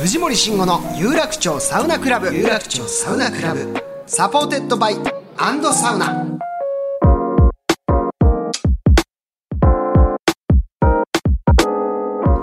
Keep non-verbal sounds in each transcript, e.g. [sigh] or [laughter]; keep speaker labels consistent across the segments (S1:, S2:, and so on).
S1: 藤森慎吾の有楽町サウナクラブ有楽町サウナクラブサポーテッドバイアンドサウナ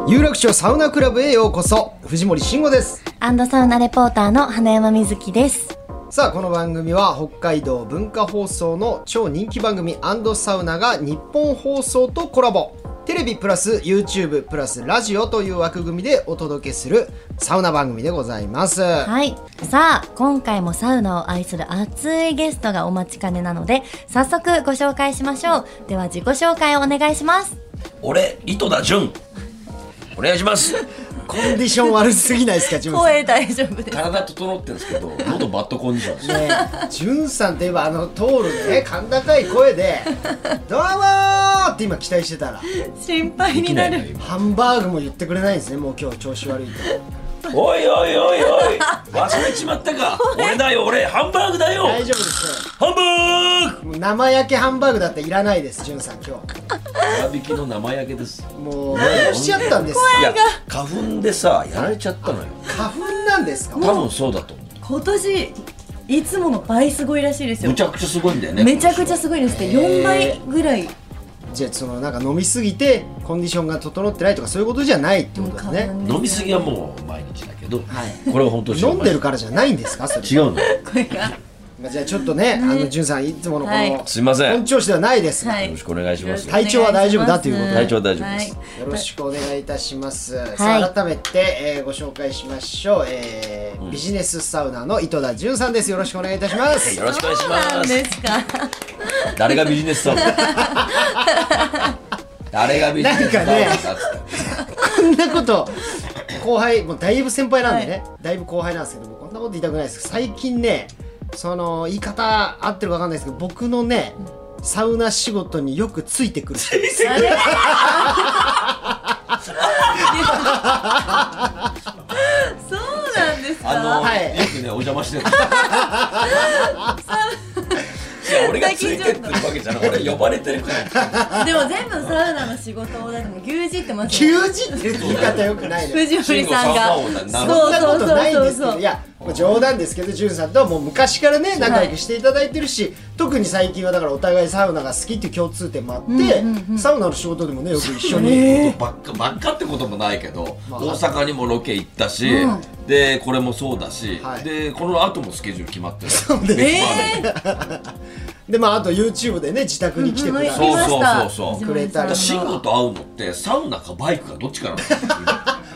S1: 有楽町サウナクラブへようこそ藤森慎吾です
S2: アンドサウナレポーターの花山瑞希です。
S1: さあこの番組は北海道文化放送の超人気番組アンドサウナが日本放送とコラボテレビプラス YouTube プラスラジオという枠組みでお届けするサウナ番組でございます、
S2: はい。さあ、今回もサウナを愛する熱いゲストがお待ちかねなので、早速ご紹介しましょう。では自己紹介をお願いします。
S3: 俺井戸田潤お願いします
S1: コンディション悪すぎないですか、ジュンさん。
S2: 声大丈夫です。
S3: [laughs] 体整ってるんですけど喉バッドコンディションです
S1: ねえ、ジュンさんといえばあの通るね、甲高い声で、 [laughs] どうもーって今期待してたら、
S2: 心配になる。
S1: ハンバーグも言ってくれないんですね、もう今日調子悪いと。
S3: おいおいおいおい忘れちまったか俺だよ俺ハンバーグだよ
S1: 大丈夫です
S3: ハンバー
S1: よ。もう生焼けハンバーグだっていらないです、ジュンさん、今
S3: グ粗引きの生焼けです
S1: 日。もう、やるしちゃったんです。
S3: いや花粉でさやられちゃったのよ
S1: 花粉なんですか
S3: 多分そうだと思
S2: 今年、いつもの倍すごいらしいです
S3: うむちゃくちゃすごいんだよね
S2: めちゃくちゃすごいですって、4倍ぐらい。
S1: じゃあ、そのなんか飲みすぎて、コンディションが整ってないとか、そういうことじゃないってことですね。
S3: 飲みすぎはもう毎日だけど、
S1: い
S3: これは本当に
S1: 飲んでるからじゃないんですか、それ。
S3: 違うの
S2: 声が。
S1: じゃあ、ちょっとね、あの、ジュンさん、いつものこ
S2: はい
S1: の、
S3: すいません
S1: 本調子ではないですが、
S2: はい
S3: よろしくお願いします
S1: 体調は大丈夫だということで
S3: 体調は大丈夫です
S1: よろしくお願いいたします。さあ改めて、えーご紹介しましょう、えービジネスサウナーの井戸田潤さんです。よろしくお願いいたします。
S3: よろしくお願いし
S2: はい、なん
S3: ます
S2: ですか。
S3: 誰がビジネスサウナ誰がビジネスサウナだっつって
S1: こんなこと後輩もうだいぶ先輩なんでね、だいぶ後輩なんですけどもこんなこと言いたくないですけど最近ねその言い方合ってるかわかんないですけど僕のねサウナ仕事によくついてくる人です [laughs]
S2: そうなんです
S3: あ
S2: か。
S3: の、
S1: はい
S3: よくねお邪魔してる。いや俺がついてってるわけじゃない。俺呼ばれてるから。
S2: でも全部サウナの仕事をだって牛耳ってますよね。
S1: 急時っていう言い方よくないです
S2: 藤森さんが。
S3: 慎吾さん
S1: そんな
S2: そ
S1: こ
S2: うそう
S1: と
S2: そう
S1: ないん
S2: そう
S1: ですけどいやこれ冗談ですけどじゅんさんとはもう昔からね仲良くしていただいてるし、特に最近はだからお互いサウナが好きっていう共通点もあって、サウナの仕事でもねよく一緒に
S3: ばっかばっかってこともないけど、大阪にもロケ行ったし、でこれもそうだし、
S1: はい
S3: でこの後もスケジュール決まってる。
S1: うです
S3: 別番組
S1: [laughs] でまああと YouTube でね自宅に来てくれ
S2: 行
S1: た
S2: き
S1: り
S3: う
S2: ました
S3: そうそうそうそう
S1: くれた
S3: だ
S1: り
S3: から慎吾と会うのってサウナかバイクかどっち
S1: [laughs]
S3: かなの。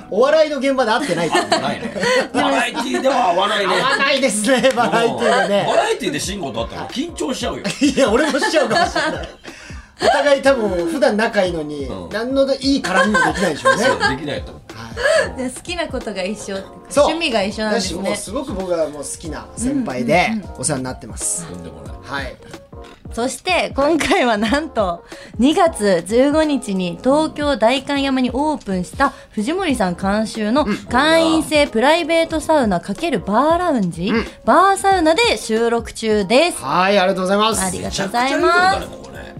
S1: お笑いの現場で会ってないっていう [laughs]
S3: ないね。バラエティーでは合わないね。
S1: 会わないですねバラエティーで
S3: バ
S1: ね
S3: ラエティーで慎吾と会ったら緊張しちゃうよ。
S1: いや俺もしちゃうかもしれないお互い多分普段仲いいのに、
S3: うん
S1: 何のいい絡みもできないでしょうね
S3: そうできないと思う。
S2: で好きなことが一緒って
S1: そう
S2: 趣味が一緒なんで
S1: だし
S2: す
S1: もう
S2: ね
S1: すごく僕はもう好きな先輩でお世話になってます、
S3: とんでもない。
S1: はい
S2: そして今回はなんと2月15日に東京代官山にオープンした藤森さん監修の会員制プライベートサウナ×バーラウンジ、バーサウナで収録中です
S1: はいありがとうございます
S2: ありが
S3: め
S2: と
S3: ち
S2: う
S3: ゃ
S2: ご
S3: くちゃい
S2: ざ
S3: い
S2: い
S3: とこだね
S2: ます
S3: ここね。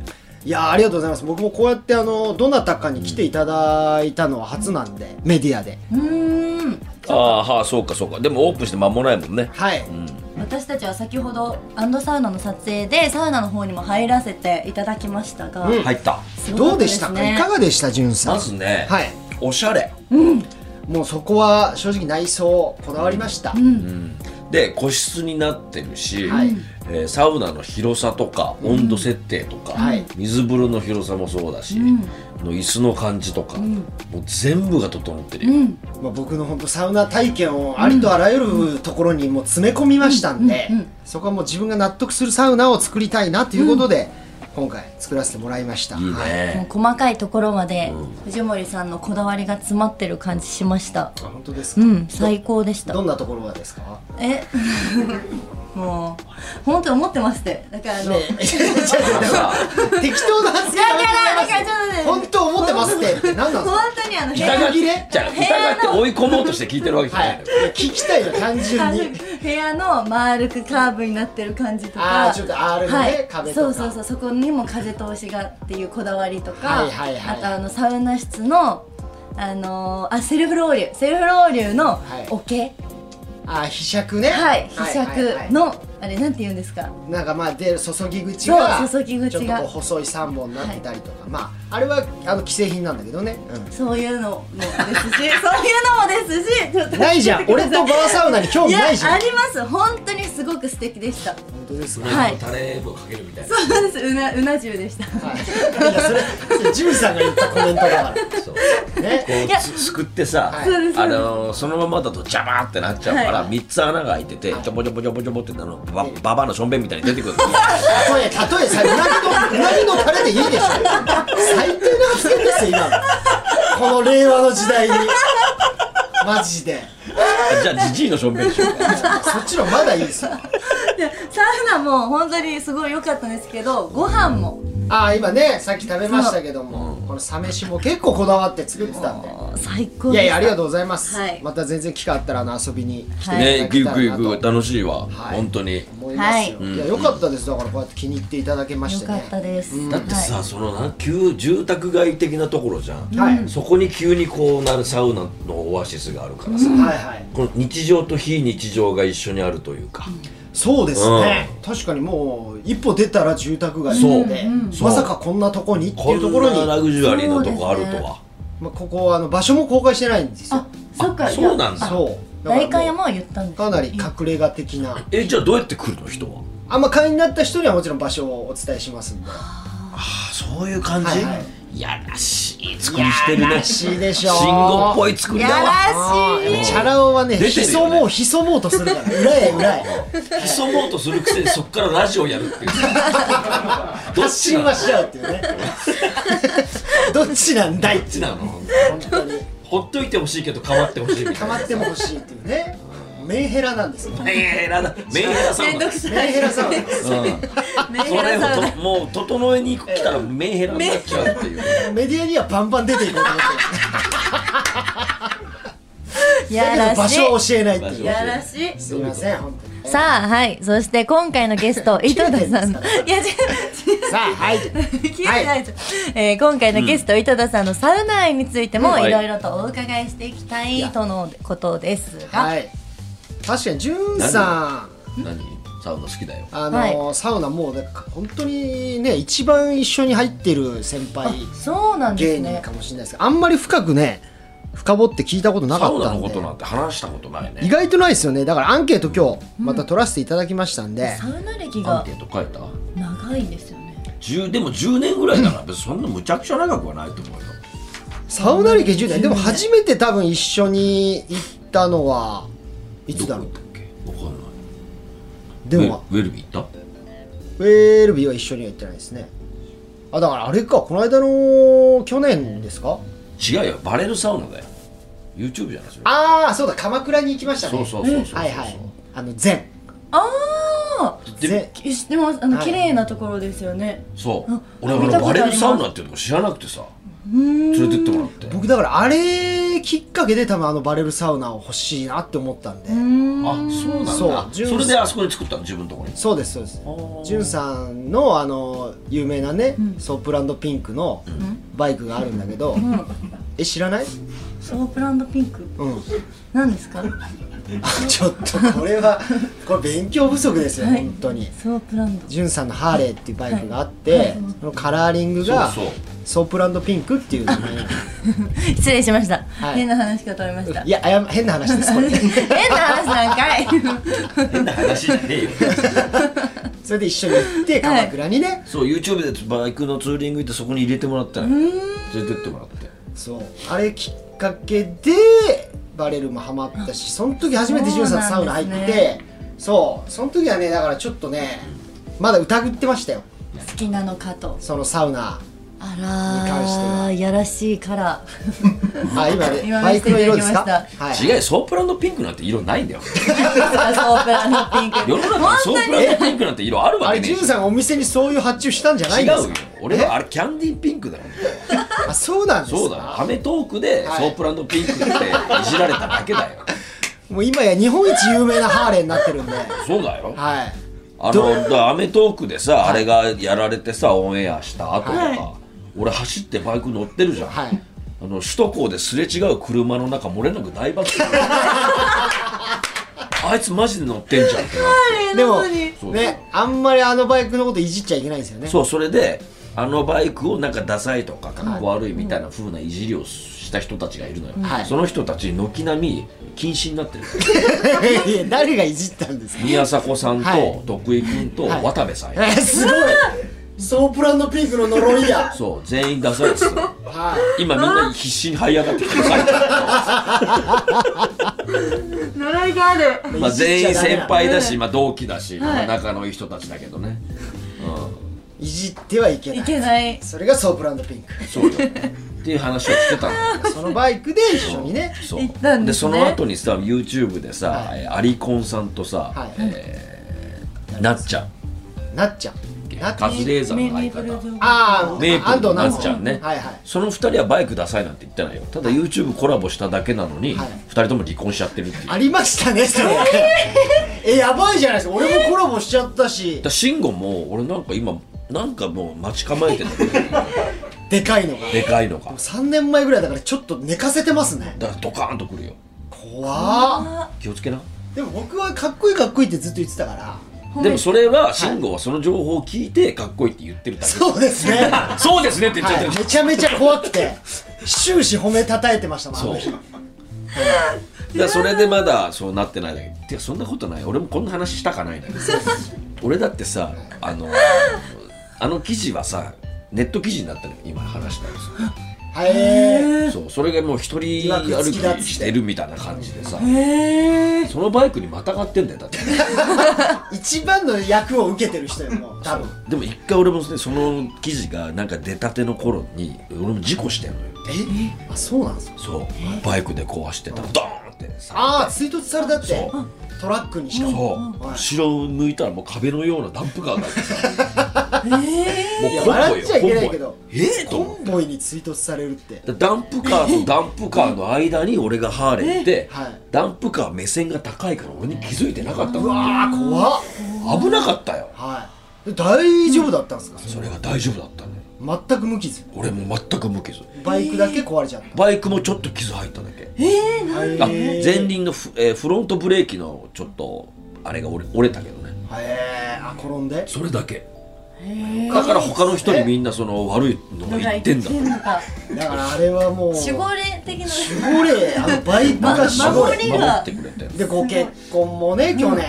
S1: いやありがとうございます僕もこうやってあのどなたかに来ていただいたのは初なんで、メディアで
S2: うーん
S3: ああはあそうかそうかでもオープンして間もないもんね
S1: はい、
S2: 私たちは先ほどアンドサウナの撮影でサウナの方にも入らせていただきましたが、
S3: 入った
S2: すご
S1: ど
S2: か
S1: う
S2: っ
S1: でした
S2: す
S1: か
S2: ね
S1: いかがでしたじゅんさん
S3: まずね、
S1: はい
S3: おしゃれ
S1: もうそこは正直内装こだわりました、
S3: で個室になってるし、
S1: はい
S3: えーサウナの広さとか温度設定とか、
S1: はい
S3: 水風呂の広さもそうだし、の椅子の感じとか、もう全部が整ってるよ、
S1: まあ、僕の本当サウナ体験をありとあらゆるところにもう詰め込みましたんで、そこはもう自分が納得するサウナを作りたいなということで、今回作らせてもらいました
S3: いい
S1: はい
S2: もう
S3: ね、
S2: 細かいところまで藤森さんのこだわりが詰まってる感じしました
S1: あ本当ですか、
S2: うん最高でした
S1: どんなところがですか
S2: え [laughs] もう本当に思ってましてだから
S1: [laughs]
S2: ね
S1: ねちょっと待って
S3: さ
S1: 適当な発
S2: だ
S1: 言
S2: か
S1: やめてもらえ
S2: らだからちょっと
S1: ま
S2: ね
S1: す本当思ってますってって何なんです
S2: 本
S1: か
S2: 当にあの部
S3: 疑
S2: 屋
S3: っ
S1: 切れ
S3: てじゃあ疑って追い込もうとして聞いてるわけじゃ
S1: は
S3: ない
S1: い
S3: のよ、、
S1: いや聞きたいの単純に
S2: 部屋の丸くカーブになってる感じとか
S1: あーちょっと R のね壁とか
S2: そうそうそうそこにも風通しがっていうこだわりとか、
S1: はいはいはい
S2: あとあのサウナ室のあのーあセルフロウリュセルフロウリュの
S1: はい
S2: 桶
S1: あーひしね
S2: はい、ひしゃ
S1: はいはいはい
S2: くの、あれなんて言うんですか
S1: なんかまあ出る注ぎ口が
S2: そう注ぎ口が
S1: ちょっとこう細い三本になってたりとか、まああれはあの既製品なんだけどね、うん
S2: そういうのも
S1: [laughs]
S2: ですしそういうのもですしちょっと
S1: ないじゃん
S2: ちょっ
S1: 俺とバーサウナに興
S2: い
S1: 味
S2: や
S1: な
S2: あ
S1: いじゃん
S2: [laughs]
S1: 本
S2: ります本当にすごく素敵でした
S1: 当ですね
S2: はい
S3: タレをかけるみたいな
S2: そうですうなうな重でした [laughs]
S1: はいいやそれそれジムさんが言ったコメントだか
S3: そう
S1: らね
S3: こうすすくってさ、
S1: はい
S2: そうです
S3: あのーそのままだとジャバーってなっちゃうから、
S2: は
S3: 三3つ穴が開いてて、
S1: はい
S3: ちょぼちょぼちょぼちょぼってあのばばばのしょんべんみたいに出てくるの
S1: 例え例えさうなぎのうなぎのタレでいいでしょ最低な発言ですよ今のこの令和の時代にマジで
S3: じゃあじじいのしょんべんでしょ
S1: そっちのまだいいですよ
S2: でサウナも本当にすごい良かったんですけどご飯も
S1: ああ今ねさっき食べましたけどもこのサ飯も結構こだわって作ってたんで
S2: 最高
S1: い
S2: で
S1: や
S2: す
S1: いやありがとうございます、
S2: はい
S1: また全然機会あったらあの遊びに来て
S2: はい
S3: ね
S1: い
S3: グ
S1: た
S3: イ
S1: だ
S3: グ
S1: け
S3: イ
S1: たら
S3: グ
S1: な
S3: イ
S1: と
S3: 楽しいわ、
S1: はい
S3: 本当に
S1: 思いますよ、、
S2: はい
S1: や良かったですだからこうやって気に入っていただけまして
S2: 良
S1: ね
S2: かったです、
S3: だってさ、
S2: はい
S3: そのなん旧住宅街的なところじゃん、
S1: はい
S3: そこに急にこうなるサウナのオアシスがあるからさ、
S1: はいはい
S3: この日常と非日常が一緒にあるというか、
S1: そうですね、確かにもう一歩出たら住宅街なんで、
S3: そう
S1: まさかこんなとこにって
S3: こ
S1: いうところに
S3: んなラグジュアリーなとこあるとは、
S1: まあ、ここあの場所も公開してないんですよ
S2: あそっか
S3: そうなんだ
S1: そう
S2: 代官
S1: からも
S2: 山は言ったんで
S1: う
S2: す
S1: かなり隠れ家的な
S3: えじゃあどうやって来るの人は
S1: あんま会員になった人にはもちろん場所をお伝えしますんで
S3: あそういう感じ、
S1: はい
S3: い
S1: は
S3: やらしい作りしてるね
S1: いやらしいでしょ
S3: 信号っぽい作りだ
S2: や
S3: わ
S2: らしい
S1: うんチャラ男はね
S3: 出てるよね
S1: 潜もう潜もうとするから裏へ裏へ
S3: 潜もうとするくせにそっからラジオやるっていうどっち
S1: [laughs] 発
S3: な
S1: 信
S3: の
S1: はしちゃうっていうねどっちなんだいっ
S3: どってち
S1: いう
S3: なの
S1: 本当 [laughs] に
S3: ほっといてほしいけどかまってほしいみた
S1: か
S3: い
S1: ま
S3: な
S1: っても欲しいっていうねメンヘラなんですよ [laughs] メン
S3: メンヘラだメンヘラさん
S2: めんどくさい
S1: ヘラさんはね
S2: メン
S3: そ
S2: ヘラサウナ
S3: れをともう整えに来たらメンヘラになっちゃうって
S1: [laughs]
S3: いう
S1: メディアにはバンバン出ていこうと思ってる
S2: [laughs] や
S1: だ
S2: ら
S1: けど場
S2: し
S1: 所を教えないって
S3: 場所を
S1: いう
S3: 教
S2: やらしい
S1: すいません本当に
S2: さあはいそして今回のゲスト井戸田
S1: [laughs]
S2: さんのいや違う違う
S1: さあはい
S2: [laughs] 聞いてないじゃんえー今回のゲスト、井戸田さんのサウナ愛について
S3: うん
S2: も
S3: はいい
S2: ろいろとお伺いしていきたいとのことですが、
S1: はい確かにじゅんさん
S3: 何サウナ好きだよ
S1: あの、サウナもうなんか本当にね一番一緒に入ってる先輩
S2: そうなんで
S1: 芸
S2: すね
S1: 人かもしれないですけどあんまり深くね深掘って聞いたことな
S3: サ
S1: か
S3: ウ
S1: った
S3: ナ
S1: ん
S3: の
S1: で
S3: ことなんて話したことない
S1: 意
S3: ね
S1: 外とないですよねだからアンケート今日また取らせていただきましたんで、
S2: サウナ歴
S3: アン
S2: が
S3: ケート書いた
S2: 長いんですよね
S3: 10でも10年ぐらいだから別にそんなむちゃくちゃ長くはないと思うよ
S1: サウナ歴10年でも初めて多分一緒に行ったのはいつだろう
S3: どこ行ったっけわかんない
S1: でも
S3: ウェウェルビー行っ
S1: ウェルビーは一緒には行ってないですねあだからあれかこの間の去年ですか
S3: た違うよバレルサウナだよ YouTube じゃないそれ
S1: ああそうだ鎌倉に行きましたね
S3: そうそうそうそうそう
S1: はいはいあの禅
S2: ああ
S3: で
S1: 禅
S2: 知ってますあの
S1: はい
S2: 綺麗なところですよね
S3: そう
S2: あ
S3: 俺あ
S2: 見た
S3: の
S2: ことあ
S3: バレ
S2: ります
S3: ルサウナっていうのも知らなくてさ連れてってもらって
S1: 僕だからあれきっかけで多分あのバレルサウナを欲しいなって思ったんで
S3: あそう
S1: そう
S3: なんだ
S1: 純
S3: それであそこに作ったの自分のところに
S1: そうですそうですじゅんさんのあの有名なね、ソープランドピンクのバイクがあるんだけど、え知らない
S2: ソープランドピンク
S1: うん
S2: なんで
S1: [laughs]
S2: すか
S1: ちょっとこれはこれ勉強不足ですよ、
S2: はい
S1: 本当に
S2: ソープランド
S1: じゅんさんのハーレーっていうバイクがあって、そのカラーリングが
S3: そうそう
S1: ソープランドピンクっていう名
S3: [laughs]
S1: 前
S2: 失礼しました、
S1: はい
S2: 変な話かと思いました
S1: いやあや変な話ですこれ [laughs]
S2: 変な話なんかい
S3: 変な話じゃねえよ
S1: それで一緒に行って
S2: はい
S1: 鎌倉にね、
S3: そう YouTube でバイクのツーリング行ってそこに入れてもらったのよ連れてってもらって
S1: そうあれきっかけでバレルもハマったしその時初めてジュンさんとサウナ入って
S2: そ
S1: そうう,、
S2: なんで
S1: その時はねだからちょっとねまだ疑ってましたよ
S2: 好きなのかと
S1: そのサウ
S2: [laughs]
S1: ナに関して
S2: あら
S1: は
S2: ーやらしいから
S1: あ今ね
S2: 今
S1: バイクの色ですか
S2: 見せていた
S1: は
S3: 違うよソープランドピンクなんて色ないんだ
S1: [laughs]
S3: よ
S2: ソープラのピンク
S3: 世の中にソープランドピンクなんて色あるわ
S1: あ
S3: け
S1: れ
S3: ね
S1: ジ
S3: え
S1: ュン
S3: じ
S1: さんお店にそういう発注したんじゃな
S3: ゃん
S1: い
S3: 違
S1: ん
S3: う
S1: です
S3: よ
S1: か
S3: 俺はあれキャンディーピンクだろ
S1: あそうなんですか
S3: そうだよアメトーークでソ
S1: はい
S3: ープランドピンクっていじられただけ
S1: [laughs]
S3: だよ
S1: もう今や日本一有名なハーレーになってるんでは
S3: そうだよ
S1: い
S3: あのだからアメトークでさあれがやられてさオンエアした後と
S2: は
S3: か俺走ってバイク乗ってるじゃん
S1: はい
S3: あの首都高ですれ違う車の中漏れなく大
S1: [laughs]
S3: 爆笑あいつマジで乗ってんじゃんってなって
S1: でも
S3: そう
S1: ねあんまりあのバイクのこといじっちゃいけないんですよね
S3: そうそれであのバイクをなんかダサいとかかっこ悪いみたいな風ないじりをした人たちがいるのよ、
S1: はい
S3: その人たち軒並み禁止になってる
S1: [laughs] いや誰がいじったんですか
S3: 宮迫さん
S1: はい
S3: と徳井君と
S1: はい
S3: 渡部さんよ、
S1: えー [laughs] すごいソープランドピンクの呪いや
S3: そう全員ダサいですよ
S1: はい
S3: 今みんな必死に這い上がってき
S1: [laughs]
S3: てさ
S2: 呪いがある
S3: まあ全員先輩だし、まあ、同期だし、
S2: い
S3: まあ、仲のいい人たちだけどね
S1: いじってはいけない
S2: いけない
S1: それがソープランドピンク
S3: そうよ [laughs] っていう話をしてたの
S1: そのバイクで一緒にね
S3: そう
S2: 行ったんですね
S3: その後にさ YouTube でさ、
S1: はい
S3: えーアリコンさんとさ、
S1: はい
S3: えーなっちゃん
S1: なっちゃんなっち
S3: カ
S1: ゃん
S3: ズレーザーの
S2: メ
S3: 相
S2: ープル
S3: 方
S2: ー
S1: ああ
S3: メイプルとな
S1: 安
S3: っ
S1: 藤
S3: ちゃんね、
S1: はいはい
S3: その2人はバイクダサいなんて言ってないよただ YouTube コラボしただけなのに、
S1: はい
S3: 2人とも離婚しちゃってるっていうだ
S1: あ
S3: か
S1: りましたねそれえやばいじゃないですか俺もコラボしちゃったし
S3: ら慎吾も俺なんか今なんかもう待ち構え [laughs] てる
S1: でかいのが
S3: でかいのが
S1: 3年前ぐらいだからちょっと寝かせてますね
S3: だからドカーンとくるよ
S1: 怖っ
S3: 気をつけな
S1: でも僕はかっこいいかっこいいってずっと言ってたから
S2: め
S3: でもそれは慎吾はその情報を聞いてかっこいいって言ってるだけ、
S1: そうですね
S3: そうですねって言っちゃって
S1: は
S3: る
S1: い、めちゃめちゃ怖くて終始褒めたたえてましたもんあ
S3: そう
S1: の日
S3: だからそれでまだそうなってないだけてかそんなことない俺もこんな話したかないんだけど俺だってさあのあの記事はさネット記事になったのよ今話したんです
S1: はいえ
S3: よそうそれがもう一人
S1: いわく
S3: 歩
S1: 突き立って
S3: きしてるみたいな感じでさ
S2: へえ
S3: そのバイクにまたがってんだよだって
S1: ー一番の役を受けてる人よもう多分
S3: でも一回俺もねその記事がなんか出たての頃に俺も事故してんのよ
S1: えあそうなんですか
S3: そうバイクで壊してたらドーンってさ
S1: ああ追突されたって
S3: そう
S1: トラックにしかも
S3: そう
S1: はい
S3: 後ろを向いたらもう壁のようなダンプカーがあってさもうコ
S1: いや
S3: ンボよ
S1: 笑っちゃいけない
S3: コ
S1: けど
S3: ンボよええと思
S1: コンボイに追突されるって
S3: うダンプカーとダンプカーの間に俺がハーレーで、
S1: はい
S3: ダンプカー目線が高いから俺に気づいてなかったの
S1: うわー怖っ
S3: 危なかったよ
S1: はい大丈夫だったんですか
S3: それが大丈夫だったね
S1: 全く無傷
S3: 俺も全く無傷
S1: バイクだけ壊れちゃった
S3: バイクもちょっと傷入っただけ
S1: はい
S3: あ前輪のフ,、えーフロントブレーキのちょっとあれが折れ折れたけどね
S1: えーあ転んで
S3: それだけだから他の人にみんなその悪いのが言ってんだ
S2: のか
S1: だからあれはもう
S2: 守護霊的な
S1: 守護霊あの
S2: [laughs]
S1: バイクが守護
S2: 守
S1: 霊
S2: り
S3: 守
S2: が
S3: ってくれて
S1: でご結婚もね去年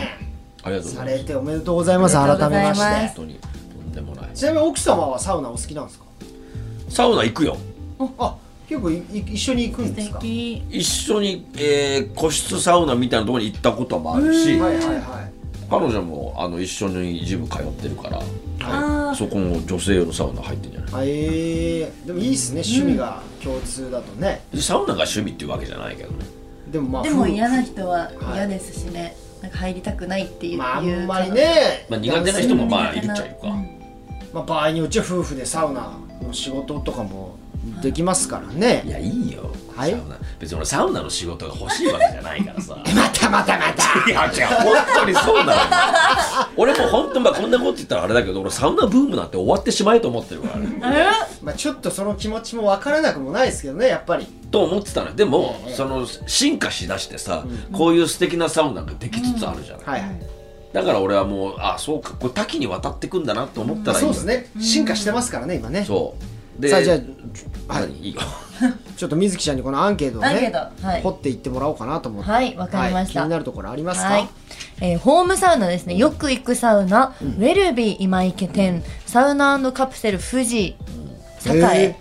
S3: ありがとうござ
S1: さ
S3: います
S1: れておめでとうございます
S2: おめ
S1: 改
S2: でとうござ
S1: め
S2: いま
S1: ますして
S3: 本当にとんでもない
S1: ちなみに奥様はサウナお好きなんですか
S3: サウナ行くよ
S1: あ結構いい一緒に行くんです
S2: 素
S1: か
S2: 敵
S3: 一緒に、えー個室サウナみたいなところに行ったこともあるし、
S1: はいはいはい
S3: 彼女もあの一緒にジム通ってるから、
S2: あ
S3: そこの女性用のサウナ入ってんじゃない
S1: あえー、でもいいっすね趣味が共通だとね、
S3: でサウナが趣味っていうわけじゃないけどね
S1: でもま
S2: ー
S1: あ
S2: でも
S1: 夫婦
S2: 嫌な人は嫌ですしねなんか入りたくないっていう
S1: まああ
S2: いうん
S1: まりね、
S3: まあ苦手な人もまあ
S2: 苦
S3: い
S2: 手
S3: る
S2: な
S3: っちゃいるか、
S1: まあ、場合によっちゃ夫婦でサウナの仕事とかもできますからね
S3: いやいいよ、
S1: はい
S3: サウナ別に俺サウナの仕事が欲しいわけじゃないからさ
S1: またまたま
S3: [laughs]
S1: た
S3: いや違う本当にそうなのよ [laughs] 俺も本当まあこんなこと言ったらあれだけど俺サウナブームなんて終わってしまえと思ってるからね
S2: あれ
S1: まあちょっとその気持ちもわからなくもないですけどねやっぱり
S3: と思ってたのよでも、
S1: ええ
S3: その進化しだしてさ、こういう素敵なサウナができつつあるじゃない、
S1: はいはい、
S3: だから俺はもうあそうかこれ多岐に渡ってくんだなと思ったらいい
S1: そうんで
S3: だよ
S1: すね進化してますからね今ね
S3: そうで
S1: さあじゃ
S3: あ
S1: あ
S3: いいよ [laughs]
S1: ちょっと水木ちゃんにこのアンケートを
S2: アンケ
S1: ね
S2: ートはい
S1: 掘っていってもらおうかなと思って
S2: はいわかりました
S1: 気になるところありますか、
S2: はい、えーホームサウナですねよく行くサウナ、ウェルビー今池店サウナカプセル富士
S1: へー
S2: 栄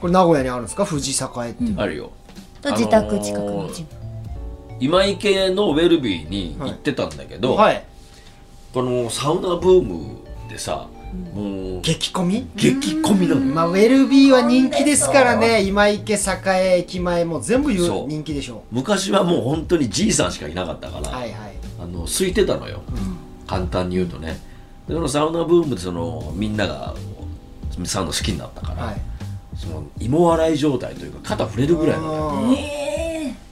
S1: これ名古屋にあるんですか藤栄っていう、
S3: あるよ
S2: と自宅近くのジム、
S3: 今池のウェルビーに行ってたんだけど、
S1: はい
S3: このサウナブームでさもう
S1: 激混み
S3: 激混みなの
S1: まあウェルビーは人気ですからね今池栄駅前も全部言う
S3: そう
S1: 人気でしょ
S3: 昔はもう本当にじいさんしかいなかったから、
S1: うはいはい
S3: あの空いてたのよ、簡単に言うとねでそのサウナブームでそのみんながサウナ好きになったから、
S1: はい
S3: その芋洗い状態というか肩触れるぐらいのね
S1: あー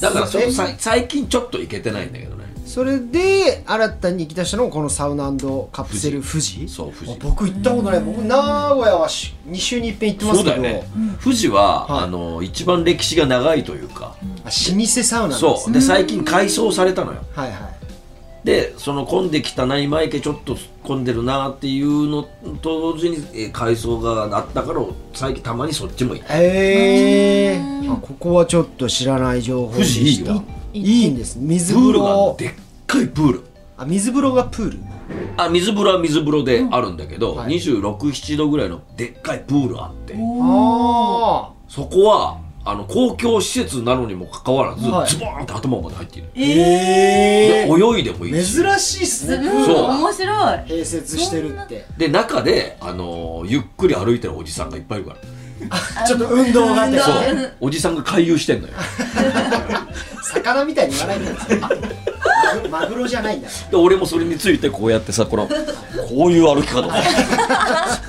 S3: だからちょっとさ最近ちょっと行けてないんだけどね
S1: それで新たに行き出したのがこのサウナカプセル富士
S3: そう富
S1: あ
S3: 士
S1: 僕行ったことない僕名古屋は2週に一遍行ってま
S3: そ
S1: す
S3: う
S1: け
S3: だよ
S1: ど、
S3: ね、富士は、
S1: はい
S3: あの一番歴史が長いというか、
S1: あ老舗サウナなんですね
S3: そうで最近改装されたのよ
S1: はいはい
S3: でその混んできたな今池ちょっと混んでるなっていうのと同時にえー改装があったから最近たまにそっちも行って
S1: ええーあここはちょっと知らない情報
S3: 富士いいよ
S1: いいいんです水
S3: プー
S1: 風
S3: ルがあ
S1: 呂
S3: るでっかいプール
S1: あ水風呂がプール
S3: あ水風呂は水風呂であるんだけど、
S1: はい
S3: 267度ぐらいのでっかいプールあって
S1: あ
S3: そこはあの公共施設なのにもかかわらず、
S1: はい
S3: ズボーンって頭まで入っている、
S1: ーえ
S3: で
S1: えー
S3: 泳いでもいいし
S1: 珍しいっすねプール
S3: そう
S2: 面白い
S1: 併設してるって
S3: で中で、あのーゆっくり歩いてるおじさんがいっぱいいるから
S1: ちょっと運動がね
S3: そううおじさんが回遊してんのよ
S1: 魚みたいに言わないでくださいマグマグロじゃないんだか
S3: で俺もそれについてこうやってさこのこういう歩き
S1: [laughs]
S3: 方
S1: ら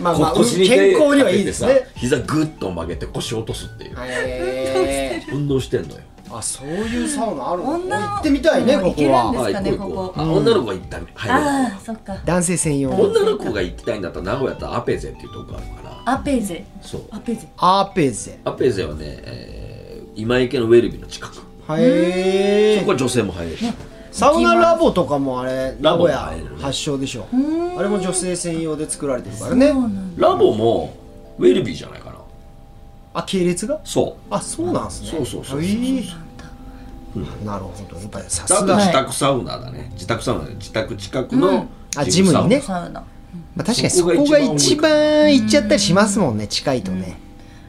S1: まあまあ
S3: 腰に手
S1: 健康にはいいです
S3: 当て
S1: ね
S3: てさ膝グッと曲げて腰落とすっていう
S1: へ
S3: 運動してんのよ
S1: ーあそういうサウナあるの
S2: 女の子
S1: 行ってみたいねこ
S2: も行
S1: こ
S2: けるんで
S1: は
S2: すかね
S3: あ行こう行こう
S1: こ
S3: あ女の子が行った入れる
S2: ああそっか
S1: 男性専用の
S3: 女の子が行きたいんだったら名古屋とアペゼっていうとこがあるから
S2: アペゼ
S3: そう
S2: アペゼ
S1: アーペーゼ
S3: アペゼはね、えー今池のウェルビーの近くそ
S1: へえ
S3: こは女性も入れる
S1: サウナラボとかもあれ名
S3: ラボ
S1: 古
S3: も
S1: 屋
S3: あれだね
S1: 発祥でしょあれも女性専用で作られてるからね
S3: ラボもウェルビーじゃないかな
S1: あ系列が
S3: そう
S1: あそうなんすね
S3: そうそうそう
S1: へーなるほどやっぱりさ
S3: あ
S1: す
S3: と
S1: が、
S2: はい
S3: 自宅サウナだね自宅サウナで自宅近くの、
S1: あジムにね
S2: サウナ
S1: まあ、確かにそこが一番行っちゃったりしますもんね近いとね、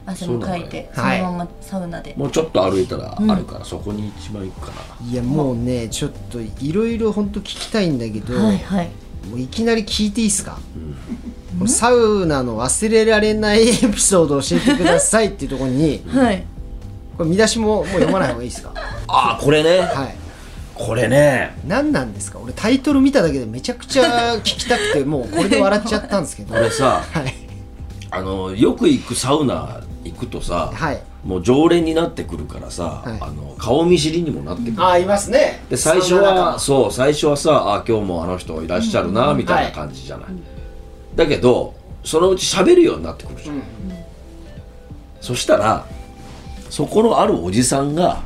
S2: 汗もかいてそ
S1: そうなのよ
S2: のままサウナで
S3: もうちょっと歩いたらあるから、そこに一番行くかない
S1: やもうねちょっといろいろ本当聞きたいんだけど、
S2: はいはい
S1: もういきなり聞いていいですか、このサウナの忘れられないエピソードを教えてくださいっていうところに
S2: はい
S1: これ見出しももう読まない方がいいですか
S3: ああこれね
S1: はい
S3: これね
S1: 何なんですか俺タイトル見ただけでめちゃくちゃ聞きたくてもうこれで笑っちゃったんですけど
S3: こ
S1: は
S3: れさ
S1: い
S3: あのよく行くサウナ行くとさ、
S1: はい
S3: もう常連になってくるからさ、
S1: はい
S3: あの顔見知りにもなってくる、
S1: あいますね
S3: で最初はそう最初はさあ今日もあの人いらっしゃるなみたいな感じじゃない、だけどそのうち喋るようになってくるじゃん、
S1: うん
S3: そしたらそこのあるおじさんが、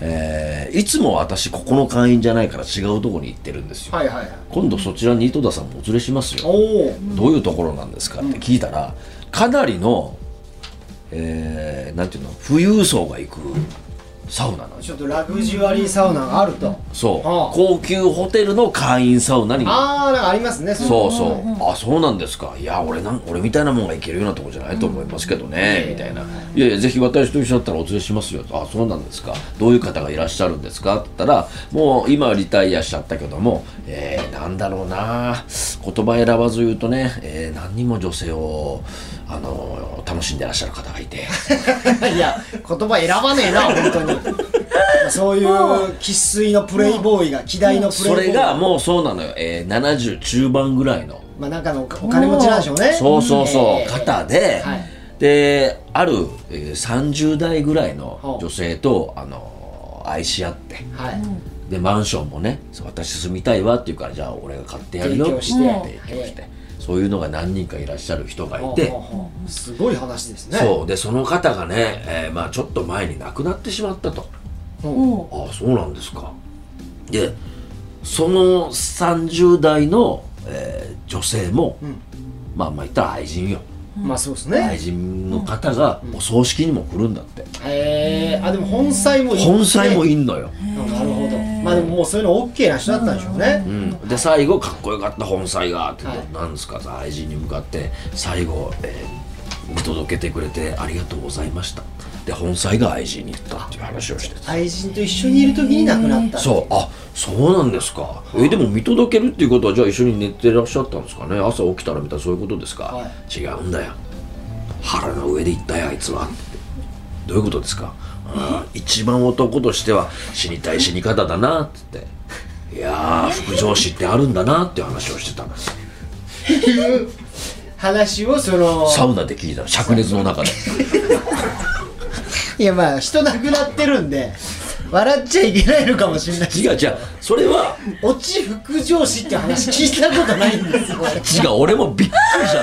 S3: えーいつも私ここの会員じゃないから違うとこに行ってるんですよ、
S1: はいはいはい
S3: 今度そちらに井戸田さんもお連れしますよ
S1: おお
S3: どういうところなんですかって聞いたらかなりの、えーなんていうの富裕層が行くサウナなんです
S1: ちょっとラグジュアリーサウナがあると
S3: そう
S1: ああ
S3: 高級ホテルの会員サウナに
S1: ああなんかありますねう
S3: そうそうあそうなんですかいや俺なん俺みたいなもんが行けるようなとこじゃないと思いますけどね、みたいないやいやぜひ私と一緒だったらお連れしますよあそうなんですかどういう方がいらっしゃるんですかって言ったらもう今はリタイアしちゃったけどもえー、なんだろうな言葉選ばず言うとね、えー何人も女性をあの楽しんでらっしゃる方がいて
S1: いや言葉選ばねえな本当にまあそういう生粋のプレイボーイが希代のプレイ
S3: [laughs] そ
S1: ボーイ
S3: れがもうそうなのよ、えー、70中盤ぐらいの
S1: まあなんかのおお金持ちなんでしょうね
S3: そうそうそう、
S1: えー
S3: 方で、
S1: はい
S3: である、えー30代ぐらいの
S1: ほう
S3: 女性と、あのー愛し合って
S1: はい
S3: でマンションもねそう私住みたいわって言うからじゃあ俺が買ってやるよ
S1: 提供して
S3: って提供して、そういうのが何人かいらっしゃる人がいて、
S1: ほうほうほうすごい話ですね
S3: そうでその方がね、えーまあ、ちょっと前に亡くなってしまったと
S1: ほう
S3: ああそうなんですかでその30代の、えー女性も、まあまあ言ったら愛人よ、
S1: はいまあそうです
S3: 大
S1: ね
S3: 臣の方がお葬式にも来るんだって
S1: へえあでも本妻もいい
S3: 本妻もいんのよ、
S1: なるほどまあでももうそういうの OK な人だったんでしょうね
S3: うん、で最後かっこよかった本妻がって、
S1: はい
S3: なんですか大臣に向かって最後、えー見届けてくれてありがとうございましたで本妻が愛人に行ったっていう話をしてて
S1: 愛人と一緒にいる時に亡くなった
S3: そうあそうなんですかえでも見届けるっていうことはじゃあ一緒に寝てらっしゃったんですかね朝起きたらみたいなそういうことですか、
S1: は
S3: 違うんだよ腹の上で行ったよあいつはってどういうことですかあー一番男としては死にたい死に方だなっつっていやー副上司ってあるんだなっていう話をしてたんです
S1: いう話をその
S3: サウナで聞いたの灼熱の中で
S1: いやまあ人亡くなってるんで笑っちゃいけないのかもしれない
S3: 違う違うそれは
S1: 落ち副上司って話聞いたことないんですよ
S3: [laughs] 違う俺
S1: 俺
S3: もびっくり [laughs] した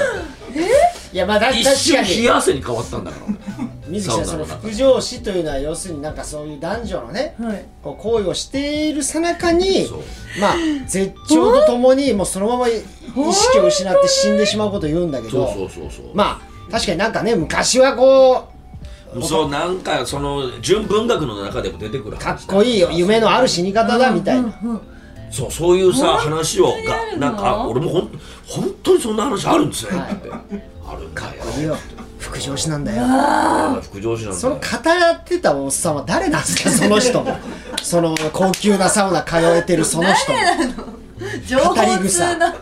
S1: いやまあだ確
S3: 一瞬
S1: か
S3: 冷
S1: に
S3: や汗に変わったんだから
S1: 水木さん
S3: サ
S1: そ
S3: ウナ
S1: の
S3: の中
S1: 副上司というのは要するになんかそういう男女のね、
S2: はい
S1: こう行為をしているさなかに
S3: そう
S1: まあ絶頂とともにもうそのまま意識を失って死んでしまうことを言うんだけ
S3: そう
S1: ど
S3: そうそうそう
S1: まあ確かになんかね昔はこ
S3: そうなんかその純文学の中でも出てくる
S1: うかっこいいよ夢のある死に方だみたいな
S3: そうそういうさ話を
S2: あ
S3: が
S2: るの
S3: なんかあ俺もほん本当にそんな話あるんですねってあるんだよ
S1: いいよ副上司なんだよ
S3: 副上司なんだ
S1: その
S3: よ
S1: 語らってたおっさんは誰なんですかその人その高級なサウナ通えてるその人
S2: 情報通な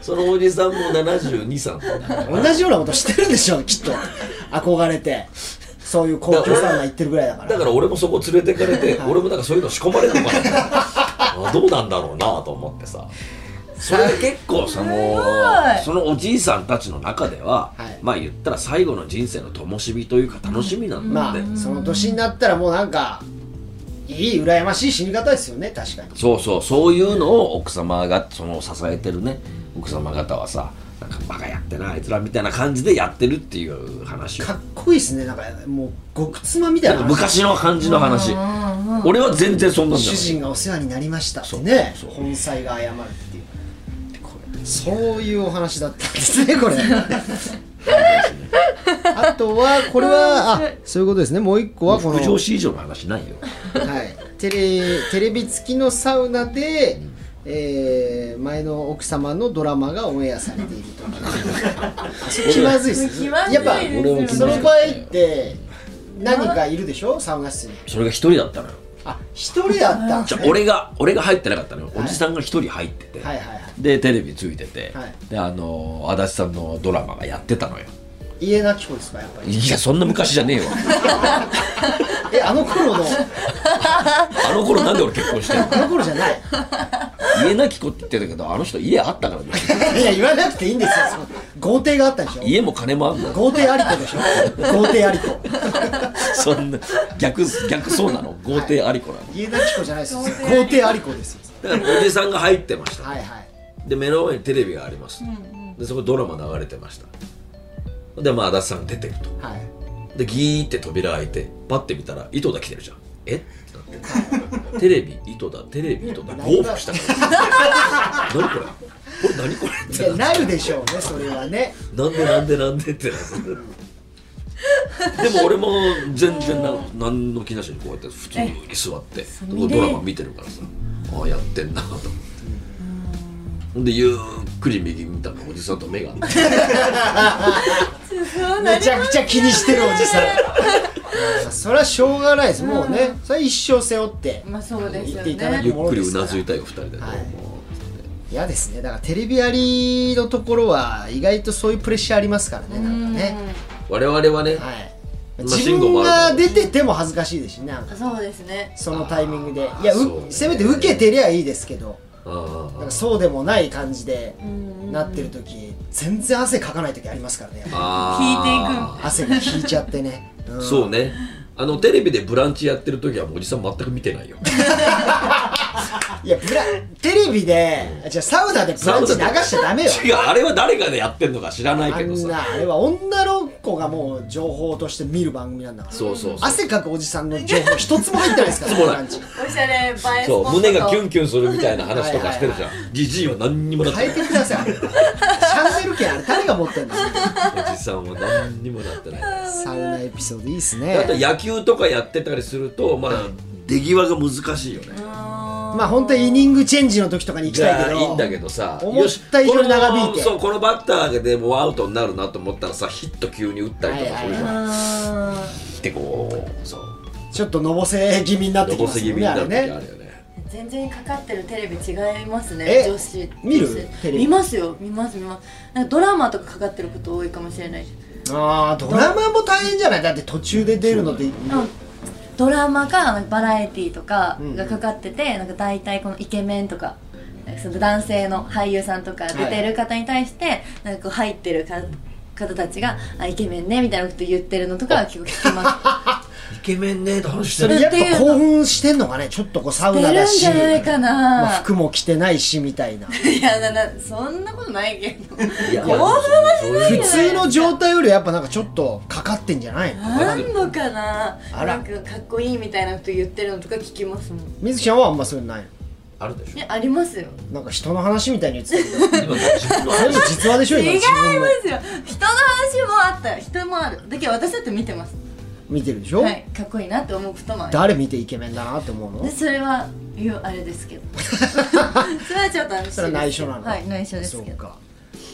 S3: そのおじさんも72さん
S1: 同じようなことしてるんでしょうきっと憧れてそういう高級サウナ行ってるぐらいだから
S3: だから俺もそこ連れてかれて俺もなんかそういうの仕込まれてるからあどうなんだろうなと思ってさそれ結構その
S2: ごい
S3: そのおじいさんたちの中では、
S1: はい
S3: まあ言ったら最後の人生の灯火というか楽しみなんだ
S1: ま
S3: って、
S1: あその年になったらもうなんかいい羨ましい死に方ですよね確かに
S3: そうそうそういうのを奥様がその支えてるね奥様方はさなんかバカやってなあいつらみたいな感じでやってるっていう話を
S1: かっこいいですねなんかもう極妻みたいな
S3: 昔の感じの話俺は全然そんなんじゃ
S1: 主
S3: ない
S1: 人がお世話になりましたってね
S3: そうそう
S1: 本妻が謝るっていうそういうお話だったんですねこれあとはこれはあそういうことですねもう一個はこの
S3: 副上司以上の話ないよ
S1: はい、テレテレビ付きのサウナで、えー前の奥様のドラマがオンエアされているとあそれ気まずいっす
S2: 気まずい
S1: やっ
S2: ですよね
S1: ぱその場合って何かいるでしょサウナ室に
S3: それが一人だったのよ
S1: あ一人だったん
S3: じ
S1: です
S3: ゃあ
S1: ね
S3: 俺が俺が入ってなかったのよ、
S1: はい
S3: おじさんが一人入ってて、
S1: はいはいはい
S3: でテレビついてて、
S1: はい
S3: であの足立さんのドラマがやってたのよ
S1: 家なき子ですかやっぱり
S3: いやそんな昔じゃねえわ
S1: えあの頃の
S3: あの頃なんで俺結婚してんの
S1: あの頃じゃない [laughs]
S3: 家なき子って言ってたけどあの人家あったからね
S1: いや言わなくていいんですよその豪邸があったでしょ
S3: 家も金もあんのよ
S1: 豪邸あり子でしょ豪邸あり子
S3: [laughs] そんな逆逆そうなの豪邸ありこなの、
S1: 家なき子じゃないですよ豪邸あり子ですよ
S3: だからおじさんが入ってました、
S1: はいはい
S3: で目の前にテレビがあります、でそこドラマ流れてましたでまあ足立さん出てると
S1: はい
S3: でギーって扉開いてパッて見たら井戸田来てるじゃんえってなってテレビ井戸田テレビ井戸田合服したから何これこれ何これっ
S1: い
S3: て
S1: や
S3: な
S1: なるでしょうねそれはね
S3: なんでなんでなんでってなってでも俺も全然な何の気なしにこうやって普通に座って
S2: 見れ
S3: ドラマ見てるからさああやってんなと思ってほんでゆっくり右見たらおじさんと目が合って
S1: めちゃくちゃ気にしてるおじさん [laughs] それはしょうがないですもうねそれは一生背負って
S2: まあそうです
S1: 言
S2: よ
S1: っていただ
S3: ゆ
S1: [laughs] き
S2: ね
S3: っくりうなずいたよ二人でどうも
S1: はい嫌ですねだからテレビありのところは意外とそういうプレッシャーありますからねなんかね
S3: 我々はね
S1: はい
S3: まあ
S1: 自
S3: 慎吾
S1: 分
S3: もあ
S1: が
S3: ると
S1: 出てても恥ずかしいですしねなんか
S2: そうですね
S1: そのタイミングでいやう
S3: そうね
S1: せめて受けてりゃいいですけど
S3: ああ
S1: なんかそうでもない感じでなってる時全然汗かかない時ありますからねやっぱ
S3: ああ
S1: 汗が引いちゃっ
S3: [laughs]
S1: てね、うん
S3: そうねあのテレビで「ブランチ」やってる時はもうおじさん全く見てないよ
S1: いやブラテレビでじゃあサウナでブランチ流しちゃダメよ
S3: 違うあれは誰がねやってんのか知らない
S1: あ
S3: けど
S1: ん
S3: さ
S1: なあれは女の子がもう情報として見る番組なんだから
S3: そうそうそう
S1: 汗かくおじさんの情報一つも入ってないですから
S3: 一つも
S1: ブ
S3: ない
S1: ランチ
S4: おしゃれ映えスポット
S3: そう胸がキュン
S4: キ
S3: キュンするみたいな話とかしてるじゃんじじいは何にもなって
S1: 変
S3: な
S1: え
S3: い
S1: てくださいあれチャンネル権あれ誰が持ってんの
S3: おじさんは何にもなってない
S1: サウナエピソードいいっす
S3: あと
S1: ね
S3: 野球とかやってたりするとまあ出際が難しいよね
S1: まあ本当にイニングチェンジの時とかに行き
S3: じゃ
S1: たい
S3: あ
S1: け
S3: い
S1: ど
S3: いんだけどさ
S1: 思った以上に長引い
S3: よ
S1: て
S3: しこのそうこのバッターでもうアウトになるなと思ったらさヒット急に打ったりとかするじゃん、ってこうそう
S1: ちょっとのぼせ気味になって
S3: の
S1: き
S3: ぼ
S1: ま
S3: せ
S1: す
S3: 気味
S1: よ
S3: にな
S1: ねあ
S3: る
S1: れ
S3: 時ある
S1: ね
S3: よね
S4: 全然かかってるテレビ違いますね
S1: え
S4: 女子
S1: 見る
S4: 女子
S1: テレビ
S4: 見ますよ見ます見ますなんかドラマとかかかってること多いかもしれない
S1: ああドラマも大変じゃないだって途中で出るのって
S2: ドラマかバラエティーとかがかかってて、なんか大体このイケメンとかその男性の俳優さんとか出てる方に対して、なんかこう入ってるか方たちが「あイケメンね」みたいなこと言ってるのとかは結構聞きます
S3: イケメンねって話し
S1: そ
S3: てる
S1: れやっぱ興奮してんのかねちょっとこうサウ
S2: 出
S1: ナ
S2: る
S1: だ
S2: ん
S1: し
S2: じゃないかな、
S1: まあ
S2: [laughs]
S1: 服も着てないしみたいない
S4: やななそんなことないけど
S3: いや
S4: 興奮
S3: はし
S1: 普通の状態よりやっぱなんかちょっとかかってんじゃないの
S4: 何度かな
S1: あ
S4: な
S1: ら
S4: んかかっこいいみたいなこと言ってるのとか聞きますもん
S1: 水木ちゃんはあんまそういうのない
S3: あるでしょ
S4: ねありますよ
S1: のなんか人の話みたいに言ってたけ
S3: [laughs] 今の
S1: ど
S3: 自分の
S1: それも
S3: 話
S1: 実話でしょ今
S4: 違い
S1: 自分の
S4: ますよ人の話もあった人もあるだけど私だって見てます
S1: 見てるでしょ、
S4: はいかっこいいなって思うこともある
S1: 誰見てイケメンだなって思う
S4: で
S1: の
S4: それは言うあれですけど
S1: [laughs]
S4: それはちょっとあの
S1: それは内緒なの
S4: はい内緒です
S1: そう
S4: けど
S1: か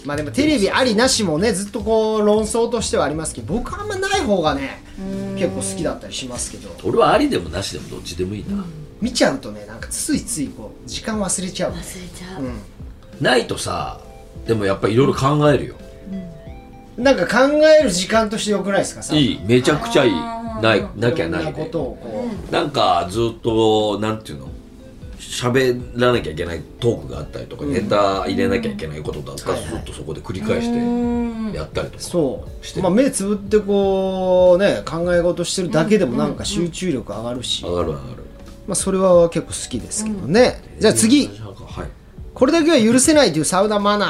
S1: まあでもテレビありなしもねずっとこう論争としてはありますけど僕はあんまない方がね結構好きだったりしますけど
S3: 俺はありでもなしでもどっちでもいいな、
S1: 見ちゃうとねなんかついついこう時間忘れちゃう
S4: 忘れちゃう、
S3: ないとさでもやっぱいろいろ考えるよ
S1: なんか考える時間としてよくないですかさ
S3: いいめちゃくちゃいいないなきゃない
S1: ろ
S3: で
S1: んなことをこう、
S3: なんかずっとなんていうの喋らなきゃいけないトークがあったりとか、ネタ入れなきゃいけないことだったら、
S1: はい
S3: ず
S1: はい
S3: っとそこで繰り返してやったりとか、
S1: そ
S3: し
S1: う、
S3: てる
S1: まあ、目つぶってこうね考え事してるだけでもなんか集中力上がるし、
S3: 上がる上がる
S1: まあ、それは結構好きですけどね、じゃあ次
S3: はい
S1: これだけは許せないというサウナマナ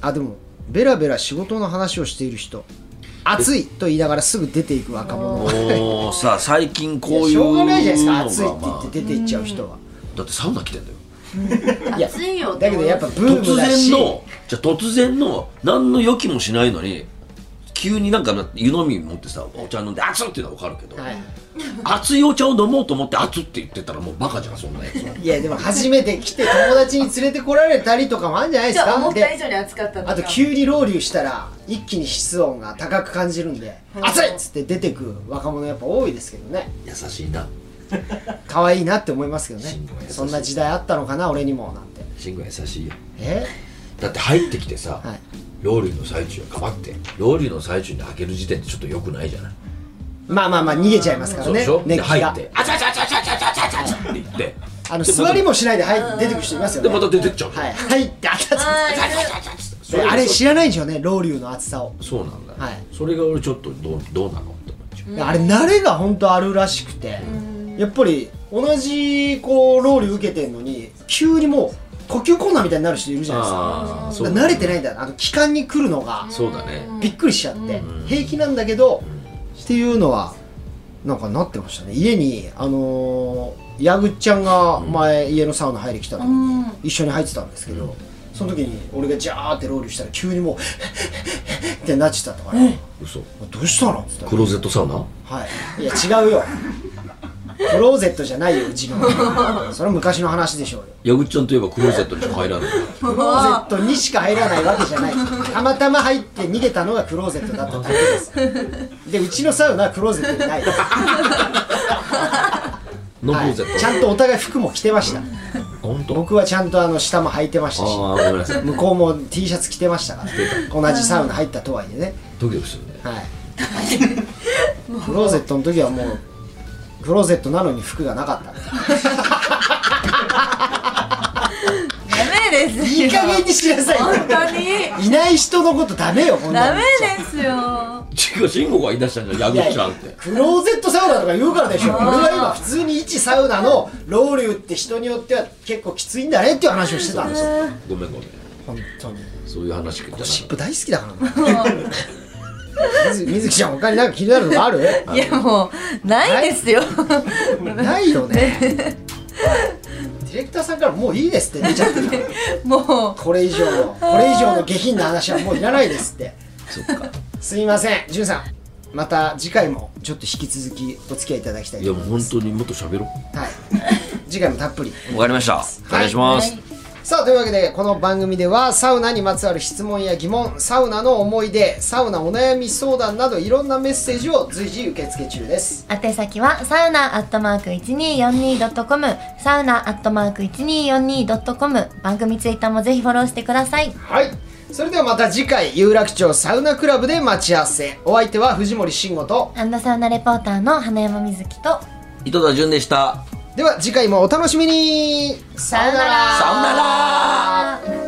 S1: ーあでもベラベラ仕事の話をしている人暑いと言いながらすぐ出ていく若者
S3: もうさ最近こういう
S1: しょうがないじゃな
S3: の
S1: いですか暑い
S3: ま
S1: っ
S3: あ
S1: て言って出ていっちゃう人は、
S3: だってサウナ来てんだよ
S1: いや
S4: 暑いよ
S1: だけどやっぱブー
S3: 突
S1: ムだし
S3: 然のじゃあ突然の何の予期もしないのに急になんか湯飲み持ってさお茶飲んで熱っっていうのは分かるけど、
S1: はい
S3: 熱いお茶を飲もうと思って熱って言ってたらもうバカじゃんそんなやつは
S1: いやでも初めて来て友達に連れてこられたりとかもあるんじゃないで
S4: じ
S1: す
S4: ゃあ思
S1: か
S4: った以
S1: で
S4: 上に暑かったとか
S1: あと急にロウリュしたら一気に室温が高く感じるんで「暑い!」っつって出てく若者やっぱ多いですけどね
S3: 優しいな
S1: 可愛いなって思いますけどね
S3: 慎吾優しい
S1: そんな時代あったのかな俺にもなんて
S3: 慎吾優しいよ
S1: え
S3: だって入ってきてさ、
S1: はい
S3: ロウリュの最中かばってロウリュの最中に開ける時点でちょっとよくないじゃない、
S1: まあまあまあ逃げちゃいますから
S3: そうで
S1: ね
S3: しょで
S1: 熱気
S3: 入
S1: が
S3: って「あちゃちゃちゃちゃちゃちゃちゃちゃちゃ」って言って
S1: あの
S3: で
S1: 座りもしないで入出てく人いますよ
S3: で
S1: ね
S3: また出てっちゃう、
S1: はい入ってあたた
S4: あーいる
S3: そ
S1: で
S3: れ
S1: あれ知らないんでしょうねロウリュの暑さを
S3: そうなんだ、
S1: はい
S3: それが俺ちょっとどうどうなのって思っちゃう
S1: であれ慣れが本当あるらしくてやっぱり同じこうロウリュ受けてんのに急にもう呼吸困難みたいになる人いるじゃないですか
S3: ああ
S1: だから慣れてないんだあの気管に来るのが
S3: そうだね
S1: びっくりしちゃって平気なんだけどっていうのはなんかなってましたね家にあのー矢口ちゃんが前家のサウナ入り来た時に一緒に入ってたんですけどその時に俺がジャーってロウリュしたら急にもう [laughs] ってなっちゃったから「
S3: 嘘
S1: どうしたの?」っつったら
S3: クローゼットサウナ
S1: はい、いや違うよクローゼットじゃないようちのそれは昔の話でしょうよ
S3: 矢口ちゃんといえばクローゼットにしか入らない
S1: クローゼットにしか入らないわけじゃないたまたま入って逃げたのがクローゼットだっただけですでうちのサウナはクローゼットにないです、
S3: ノンク
S1: は
S3: ロ
S1: い
S3: ーゼット、
S1: ちゃんとお互い服も着てました
S3: 本当
S1: 僕はちゃんとあの下も履いてましたし
S3: ああごめんなさい
S1: 向こうも T シャツ着てましたから同じサウナ入ったとはいえね
S3: ドキドキするね
S1: はいクローゼットの時はもうクローゼットなのに服がなかった
S2: ダメですよ
S1: いい加減にしなさいよ
S2: 本当に
S1: いない人のことダメよ、こんな
S2: ダ
S1: の
S2: メですよ
S3: 違う慎吾が言い出したんじゃん、やぐちゃんって。
S1: クローゼットサウナとか言うからでしょ俺は今普通に一サウナのロウリュって人によっては結構きついんだねっていう話をしてたんですよ
S3: ごめんごめん。
S1: 本当に
S3: そういう話聞いた
S1: ゴシッ
S3: か
S1: プ大好きだからな水水木ちゃん他になんか気になるのある
S2: いやもうないですよ
S1: ないよねディレクターさんからもういいですって出ちゃってた
S2: も
S1: [laughs] これ以上のこれ以上の下品な話はもういらないですって
S3: ら。そっか。
S1: すいませんじゅんさんまた次回もちょっと引き続きお付き合いいただきたい
S3: いや
S1: と
S3: も
S1: 思
S3: う
S1: いま
S3: 本
S1: す
S3: 当にもっと喋ろ
S1: はい次回もたっぷり
S3: う。わかりました。お願いします。
S1: さあというわけでこの番組ではサウナにまつわる質問や疑問サウナの思い出サウナお悩み相談などいろんなメッセージを随時受け付け中です
S2: う宛先はサウナアットマーク 1242.com サウナアットマーク 1242.com 番組ツイッターもぜひフォローしてください
S1: はいそれではまた次回有楽町サウナクラブで待ち合わせお相手は藤森慎吾と
S2: アンダサウナレポーターの花山瑞希と
S3: 井戸田潤でした。
S1: では次回もお楽しみに
S2: さよなら
S3: さよなら
S2: あー